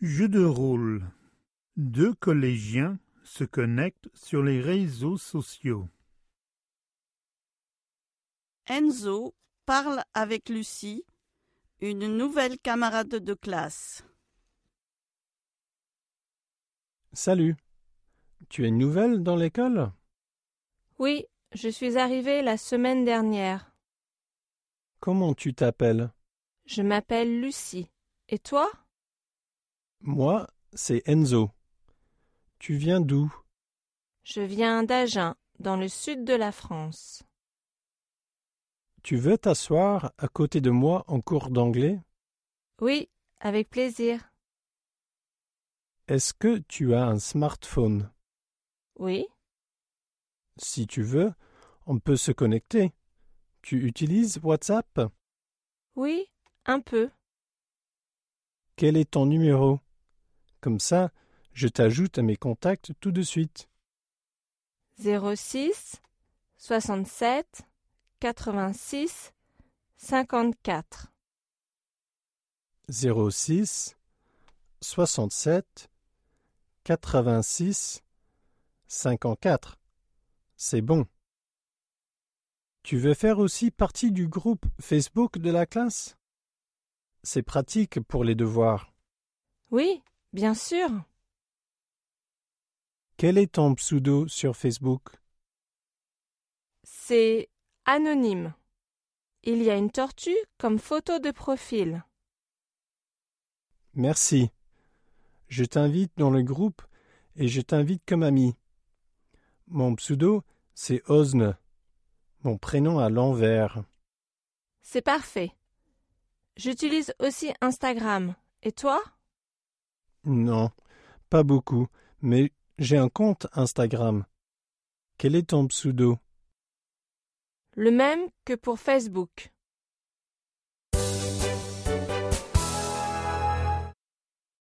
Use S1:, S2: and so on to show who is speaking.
S1: Jeu de rôle. Deux collégiens se connectent sur les réseaux sociaux.
S2: Enzo parle avec Lucie, une nouvelle camarade de classe.
S3: Salut. Tu es nouvelle dans l'école
S4: Oui, je suis arrivée la semaine dernière.
S3: Comment tu t'appelles
S4: Je m'appelle Lucie. Et toi
S3: Moi, c'est Enzo. Tu viens d'où
S4: Je viens d'Agen, dans le sud de la France.
S3: Tu veux t'asseoir à côté de moi en cours d'anglais
S4: Oui, avec plaisir.
S3: Est-ce que tu as un smartphone
S4: Oui,
S3: Si tu veux, on peut se connecter. Tu utilises WhatsApp
S4: oui, un peu.
S3: Quel est ton numéro Comme ça, je t'ajoute à mes contacts tout de suite.
S4: 06 67 86 54.
S3: 06 67 86 54. C'est bon. Tu veux faire aussi partie du groupe Facebook de la classe C'est pratique pour les devoirs.
S4: Oui, bien sûr.
S3: Quel est ton pseudo sur Facebook
S4: C'est anonyme. Il y a une tortue comme photo de profil.
S3: Merci. Je t'invite dans le groupe et je t'invite comme ami. Mon pseudo, c'est Osne. Mon prénom à l'envers.
S4: C'est parfait. J'utilise aussi Instagram. Et toi
S3: Non, pas beaucoup, mais j'ai un compte Instagram. Quel est ton pseudo
S4: Le même que pour Facebook.